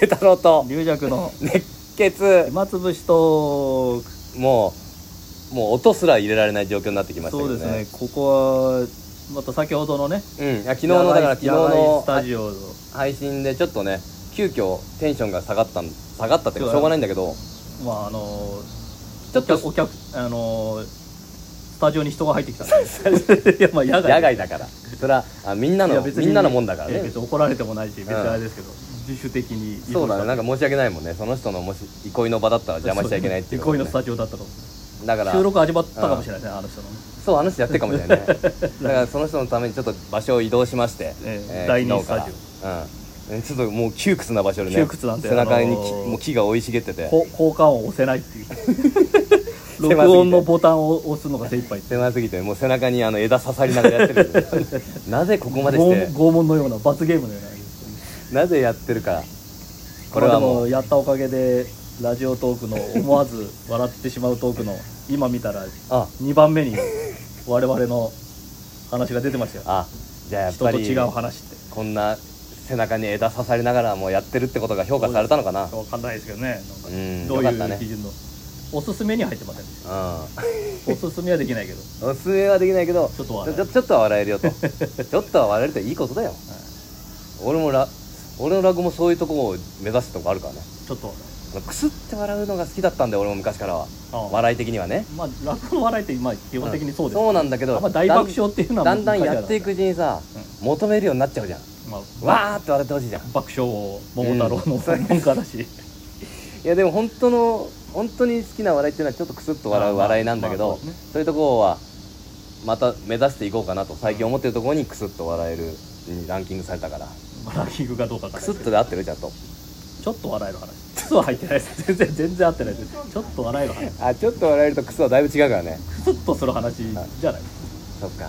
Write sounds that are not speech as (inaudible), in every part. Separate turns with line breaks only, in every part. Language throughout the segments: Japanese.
栄太郎と
龍尺の
熱血
暇つぶしトーク
もうもう音すら入れられない状況になってきましたけ
そ
ど
う
ね
ですねここはまた先ほどのね
うん、いや昨日のだから昨日
野外
の
スタジオの
配信でちょっとね急遽テンションが下がったん下がったっていうかし
そ
ょう
うだね
がないんだけど
まああの
ちょっと
お客お客あのスタジオに人が入ってきたんでいや (laughs) まあ野外
野外だからそれはあみんない
や
の
別
みんなのもんだから
いや
ね
別に怒られてもないし別に
うん
あれですけど、自主的に
そうだねなん
か
か申し訳ないもんねその人のもし憩いの場だったら邪魔しちゃいけないっていうこと
憩い
ね
のスタジオだったと思う
だから
収録始まったかもしれないですねあの人のね
そうあの人やってるかもしれ
(laughs)
ないねだからその人のためにちょっと場所を移動しまして、
ええ
昨
第
日
二スタジ
からうんえちょっともう窮屈な場所でね
窮屈なんて
背中にき、
あのー
もう木が生い茂ってて
こ効果音を押せな
(laughs)
いっていう
ぎて
録音のボタンを押すのが精一杯って
狭すぎてもう背中にあの枝刺さりながらやってる
(laughs)
なぜここまでし
拷
て
拷問のような罰ゲームのような
なぜやってるかこ
こ
れ
れ
は
は
も
も
う
うやったおかげでラジオトークの思わず笑ってしまうトークの今見たら
あ
2番目に我々の話が出てましたよ
あじゃあやっ
人
ぱ
と
り
違う話って
こんな背中に枝刺さりながらもやってるってことが評価されたのかな
分かんないですけどねなんか
うん
どう
よかった
い
ね
う基準の、おすすめには入ってませんでし
う
たおすすめはできないけ
(laughs)
ど
んおすすめはできないけど
ちょっと笑える
ちょちょっとは笑える
(laughs)
よとちょっとは笑えるっていいことだよ俺もラ俺の落語もそういうとこを目指すとこあるからね
ちょっと
クスって笑うのが好きだったんで俺も昔からは
ああ
笑い的にはね
まあ落語の笑いってまあ基本的にそうです、
そうなんだけど
あんま大爆笑っていうのは
だんだんやっていくうちにさ、求めるようになっちゃうじゃん
まあ、
わーって笑ってほしいじゃんい
爆笑を桃太郎の
うん
本家だし、
やでも本当の本当に好きな笑いっていうのはちょっとクスッと笑う
まあまあ
笑いなんだけど、
まあそうです
そういうところはまた目指していこうかなと最近思ってるところにクスッと笑えるにランキングされたから
まあ、ランキングがどうかわか
ク
んない
ス
です
ッとで合ってるちゃんと
ちょっと笑える話靴は入ってないです全然全然合ってないですちょっと笑える話
あちょっと笑えるとクスはだいぶ違うからね
クスッとする話じゃない
そっか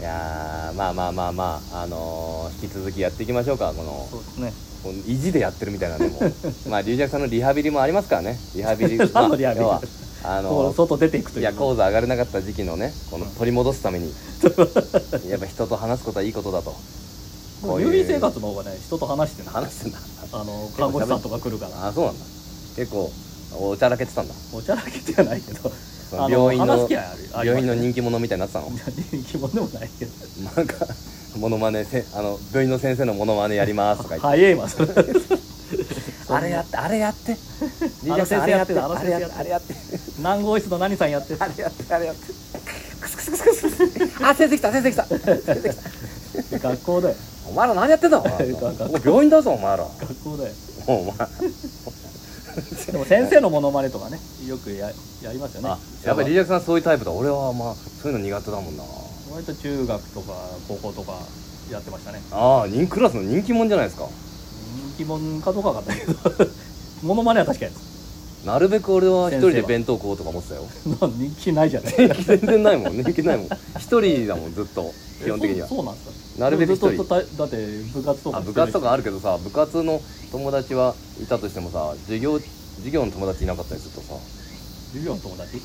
いやーまあまあまあまああのー引き続きやっていきましょうかこの
そうですね
もう意地でやってるみたいなねもう
(laughs)
まあ龍尺さんのリハビリもありますからねリハビリ
何のリハビリ
まあ要はあ
こ
の
う外出ていくと
い
いう
や講座上がれなかった時期のねこの取り戻すため
(laughs)
にやっぱ人と話すことはいいことだとこういう
入院生活の方がね人と話してない
話すんだ
あの看護師さんとか来るから
あそうなんだ結構おちゃらけてたんだ
おちゃらけじゃないけどあ
病院
話
の
す気はあるあります
病院の人気者みたいになって
(laughs)
たの
いや人気者でもない
(laughs)
けど
なんかモノマネせあの病院の先生のモノマネやりますとか言って
早いわそれ (laughs)
あれやってあれや (laughs) って龍尺さん
あの
あれ
先生
や
や
っ
ってて
あ
た
れやって
あの先生やってた
あれやって
何号室の何さんやって
あれやってあれやってクスクスクスクスあ先生来た先 (laughs) 生来た先生来た
学校だよ
お前ら何やってんだお (laughs) 前ら
学校
ここ病院だぞお前ら
学校だよ
お前
でも先生のモノマネとかねよくややりますよね
あやっぱりリリアクさんそういうタイプだ俺はまあそういうの苦手だもんな
割と中学とか高校とかやってましたね
ああ人クラスの人気者じゃないですか
人気者かどうかわかんないけど (laughs) モノマネは確かに
なるべく俺は一人で
先生は
弁当食おうとか思ってたよ
なん (laughs) 人気ない
(laughs)
じゃない
人気全然ないもん人気ないもん一人だもんずっと基本的には
そうそう (laughs) なんですか
なるべく一人
ずっとただって部活とか
あ
も
部活とかあるけどさ部活の友達はいたとしてもさ授業授業の友達いなかったりするとさ
授業の友達
うん、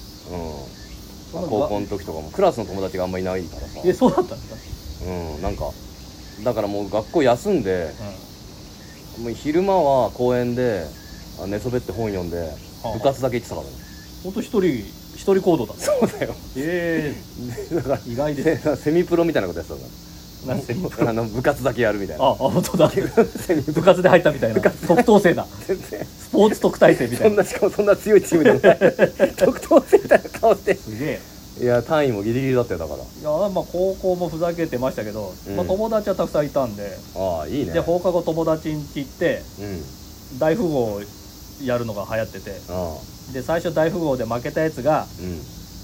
そ
ま
ん
あ
な
高校の時とかもクラスの友達があんまいないからさ
えそうだったんです
うんなんかだからもう学校休んで
か、
もう昼間は公園であ寝そべって本読んで
あ
部活だけ行ってたからね
うん、ほんと一人一人行動だった
そうだよ
え
だから
え意外
セ
です
セミプロみたいなことやってたか (laughs)
なんで
らあの部活だけやるみたい
あ
な
あ本当だ
セミプ
部活で入ったみたいな特等生だ
ロ全然
スポーツ特待生みた
そ
い
ん
な
なしかもそんな強いチームじゃない特等生みたいな顔して
すげえ
いや単位もギリギリだったよだから
いやまあ高校もふざけてましたけど、
うん
まあ、友達はたくさんいたんで、
ああいいね
で放課後友達ん家行って
うん
大富豪やるのが流行ってて
ああ
で最初大富豪で負けたやつが
うん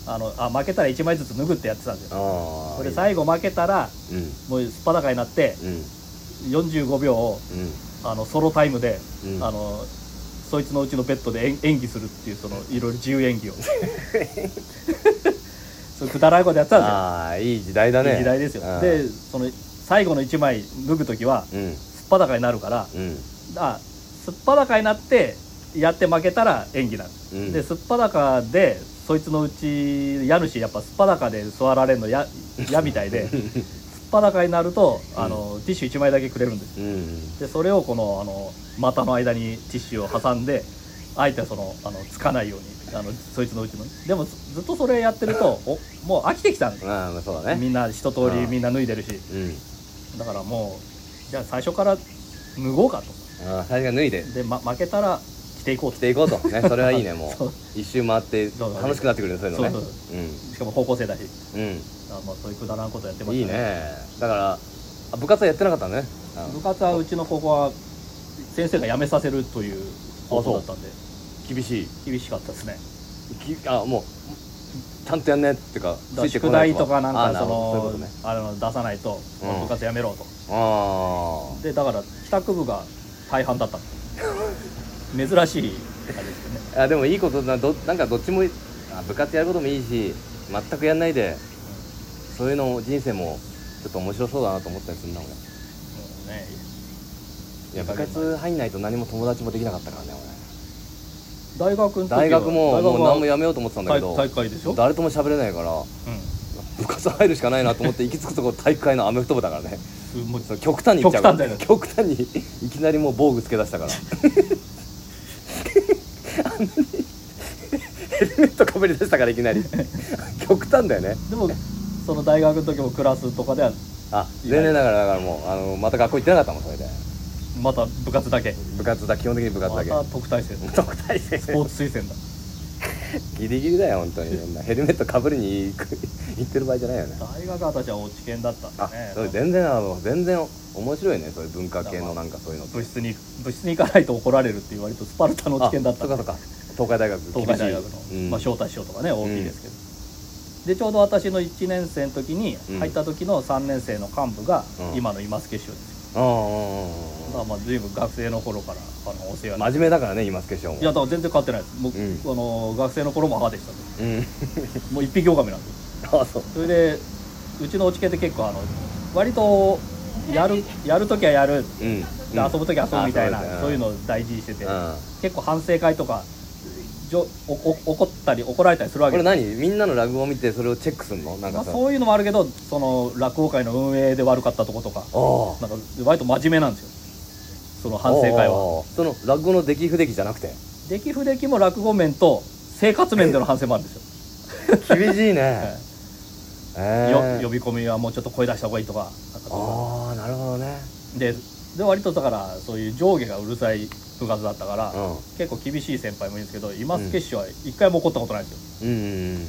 あのあ負けたら1枚ずつ脱ぐってやってたんですよ
ああ
こ
いい
れ
ね
最後負けたら
うん
もうすっぱだかになって
うん
45秒を
うん
あのソロタイムで、
うん
あのそいつのうちのベッドで演演技するっていうそのいろいろ自由
(laughs)
演技をそうくだらないことやってたんですよ
ああいい時代だね
いい時代ですよ
うん
でその最後の1枚脱ぐ時は
うん
すっぱだかになるから
うん
あすっぱだかになってやって負けたら演技なんです、
うん
ですっぱだかで
(laughs)
そいつのうち家主やっぱすっぱだかで座られるのや嫌みたいですっ裸になると、
うん
あのティッシュ1枚だけくれるんです
うんうん
でそれをこのあの股の間にティッシュを挟んであえてそのあのつかないようにあのそいつのうちのでもずずっとそれやってるとおもう飽きてきたんです
ああまあそうだ
み
ね
んな一通りみんな脱いでるし
うん
だからもうじゃあ最初から脱ごうかと
ああ最初が脱いで
で、ま、負けたら着ていこう
着
と
ていこうとねそれはいいねも
(laughs) そうう
一周回って
そう
楽しくなってくるねそういうのね
そうしかも高校生だし
うん
あもうそういうくだらんことやって
う
ま
ん
し
いい
た
ねだからあ部活はやってなかったのねあ
部活はうちの高校は先生が辞めさせるという放送だったんで
厳しい
厳しかったですね
きあもうちゃんとやんねっていうか
だから
ついて
宿
こない
題
やつ
と
は
かなんか
あ
そ
るほど
の
そういうことね
あの出さないと
うん
部活やめろと、
あ
でだから帰宅部が大半だったんです珍しいあれですよね
ああでもいいことだなどなんかどっちもあ部活やることもいいし全くやんないでそういうの人生もちょっと面白そうだなと思ったりするな俺
もうね
いや部活入んないと何も友達もできなかったからね
大学の時
俺
は
大学も
大学は
もう何もやめようと思ってたんだけど
体体育会でしょ、
誰とも喋れないから
う
部活入るしかないなと思って行き着くとこ体育会のアメフト部だからね
ん、もう
その極端に行っちゃうから
極端だよね
極端にいきなりもう防具つけ出したから
(laughs)
あんなにヘルメットかぶり出したからいきなり極端だよね
でもその大学の時もクラスとかでは
あ全然だからだからもうあのまた学校行ってなかったもんそれで
また部活だけ
部活だ基本的に部活だ
ま
け
た特待生
特待生
スポーツ推薦だ
ギリギリだよ本当にそんなヘルメットかぶりに行く行ってる場合じゃないよね
大学は私は落ち研だったん
あ
でね
それ全然あの全然面白いねそういう文化系のなんかそういうの
部室に部室に行かないと怒られるっていう割とスパルタの
あ
知見だった
そ
ん
う
で
かそうか東海大学
東海大学の、
厳しいうん
まあ、招待しようとかね大きいですけど、でちょうど私の1年生の時に
うん
入った時の3年生の幹部が
うん
今の今助師匠です
うんうんうんうん
よ、だからまあ随分学生の頃からあのお世話になっ
真面目だからね今助師匠も
いやだから全然変わってないです僕、
うん
あの学生の頃も母でしたね
うん
もう一匹狼なんです
あそう
それでうちの落ち系って結構あの割とやるやる時はやる
うん
で遊ぶ時は遊ぶみたいな、そういうの
っ
を大事にしてて、
てうん
結構反省会とかじょおお怒ったり怒られたりするわ
こ
け
れ
です
何みんなの落語を見てそれをチェックするのなん
ま
か
あ、
さ
そういうのもあるけどその落語会の運営で悪かったとことか
あ
なんか割と真面目なんですよその反省会は
はその落語の出来不出来じゃなくて
出来不出来も落語面と生活面での反省もあるんですよ
厳しいね
え
え
よ
え
呼び込みはもうちょっと声出した方がいいとかなんかそ
ああなるほどね
うでで割とだからそういう上下がうるさい部活だったから、
うん
結構厳しい先輩もいるんですけど今助師匠は一回も怒ったことないんですよ、
うんうん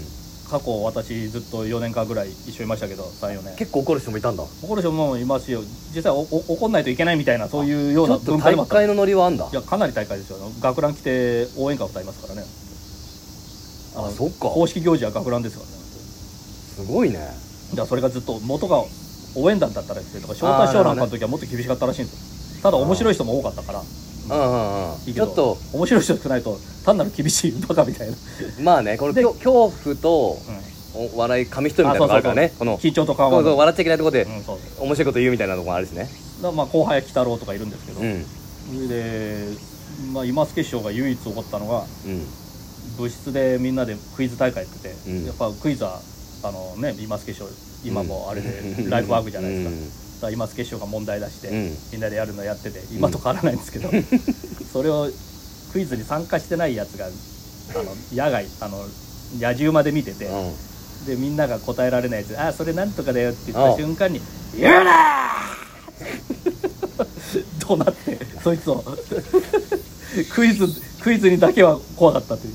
過去私ずっと4年間ぐらい一緒にいましたけど34年
結構怒る人もいたんだ
怒る人もいますよ実際おお怒んないといけないみたいなそういうよう
ちょ
な
っと
文化
大
でもあった
会のノリはあんだ
いやかなり大会ですよ学ラン着て応援歌歌いますから
あ
ねの
そっか
公式行事は学ランですからね
すごいね
だからそれがずっと元が応援団だったらしくてとか招待賞なんかの時はもっと厳しかったらしいんですよただ面白い人も多かったから
うんうんうん
いいけ
ちょ
ど
っと
面白い人少ないと単なる厳しいバカみたいな、
まあねこの恐恐怖と
う
お笑い紙一重みたいなのがあるからねこの
緊張と緩
そ
和
うそう
の
笑っちゃいけないとこで
うんそうそう
面白いこと言うみたいなとこもあるしね
だからまあ後輩は鬼太郎とかいるんですけど、
うん
それで、まあ、今助師匠が唯一起こったのが
うん
部室でみんなでクイズ大会やってて、
うん
やっぱクイズはあのね今助師匠今もあれ
う
で
ん
ライフワークじゃないですか,、
うん
だから今助師匠が問題出して、
うん
みんなでやるのやってて今と変わらないんですけど、 (laughs) それをクイズに参加してないやつがあの野外あの野獣まで見てて、
うん
でみんなが答えられないやつ「あーそれなんとかだよ」って言っ
あ
た
あ
瞬間に「言うなー! 」 (laughs) 怒鳴ってそいつをクイズクイズにだけは怖かったという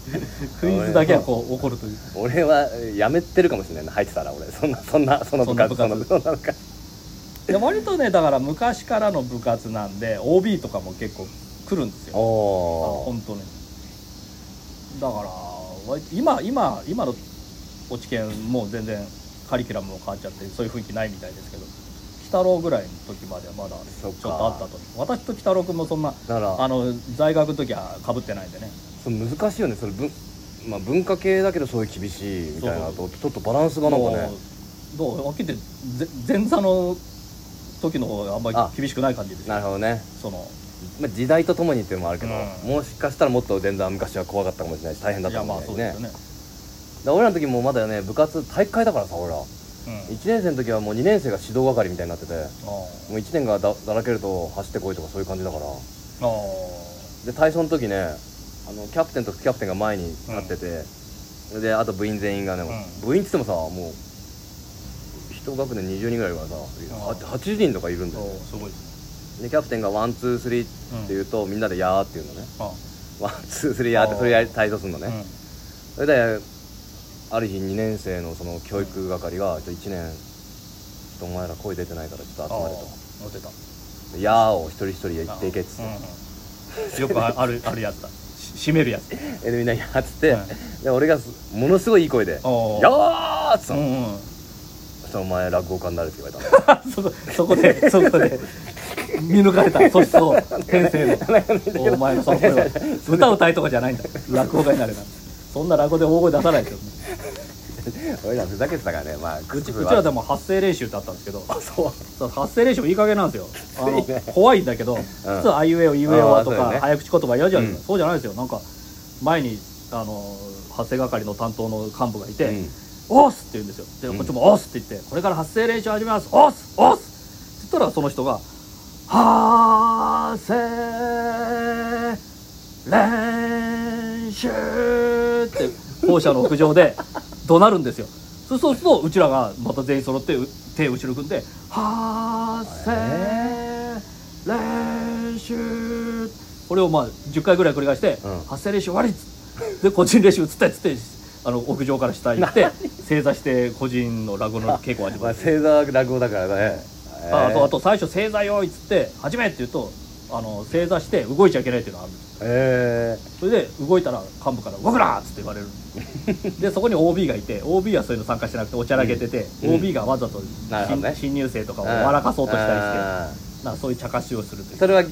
クイズだけはこう怒るという
俺はやめてるかもしれないな入ってたら俺そんなそんなその部活
そ
そ
んな
の
部活
そんな部活
で割とねだから昔からの部活なんで OB とかも結構来るんですよ
お
あ
お
本当にだから割と今今今の落ち研もう全然カリキュラムも変わっちゃってそういう雰囲気ないみたいですけど鬼太郎ぐらいの時まではまだちょ
そっ
っ
か
とあったと私と鬼太郎君もそんな
だから
あの在学の時はかぶってないんでね
そう難しいよねそれ文,、まあ、文化系だけどそういう厳しいみたいなの
そ
とちょっとバランスがなんかね
もうどう分けてぜ前座の時の方があんま
あ
り厳しくない感じですよ
なるほどね、
その
まあ、時代とともにっていうのもあるけど、
うん
もしかしたらもっと全然昔は怖かったかもしれないし大変だっ
い
た
や
か
ま
も
あ
し
そう
れない
です
しね
よね
だから俺らの時もまだね部活大会だからさ俺ら
うん
1年生の時はもう2年生が指導係みたいになってて
あ
もう1年がだだらけると走ってこいとかそういう感じだから
ああ
で体操の時ねあのキャプテンと副キャプテンが前に立ってて、であと部員全員がね、
うん
部員っつってもさもう一学年20人ぐらいいるからさ
あー
は80人とかいるんだよ、
すごいですね
でキャプテンがワンツースリーって言うと、みんなで「やー」って言うのね
あ
ワンツースリーやーってそれやり体操するの
あ
ね、それである日2年生のその教育係が「ちょ1年ちょっとお前ら声出てないからちょっと集まれ」と
乗ってた
「でやー」を一人一人言っていけっつって、
うんうんよくああるあるやつだし締めるやつ
えでみんな「やー」っつって、
うん
で俺がすものすごいいい声で「
おー
やー」っつった
う
の、
んうん
そしたらお前落語家になるって言われ
そこそこでそこで見抜かれた素質を先生
(laughs)
のお前のその声は歌歌いとかじゃないんだ落語家になれなんてそんな落語で大声出さない
(laughs)
ですよ (laughs)
た俺らふざけてたからねまあ
う
口
ちう
分
ちらでも発声練習ってあったんですけど
そう
そう発声練習もいい加減なんですよあの
(laughs) いいね
怖いんだけど、普通はあいうえおいうえおはと
あーそうだ
か、
ね
早口言葉嫌じゃないですか、
うん
そうじゃないですよなんか前にあの発声係の担当の幹部がいて「
うん
おっす!」って言うんですよ
う
で
ん
こっちも「おっす!」って言って「これから発声練習始めますおっすおっす!」って言ったらその人が「発声練習」って校舎の屋上で怒鳴るんですよそうそうするとうちらがまた全員揃ってう手を後ろ組んで「発声練習」これをまあ10回ぐらい繰り返して
うん
「発声練習終わり」っつってで個人練習移ったっつってあの屋上から下行って正座して個人の落語の稽古を始
ま
め
あ
て
星座落語だからね
ああと
と
あと最初正座よいっつって「始め!」って言うとあの正座して動いちゃいけないっていうのがある
え
それで動いたら幹部から「動くな!」っつって言われる
(laughs)
でそこに OB がいて OB はそういうの参加してなくておちゃらけてて、
うん
OB がわざと新,、
なるほどね
入生とか
ー
を笑かそうとしたりして
あー
なんかそういう茶化しをするという
それは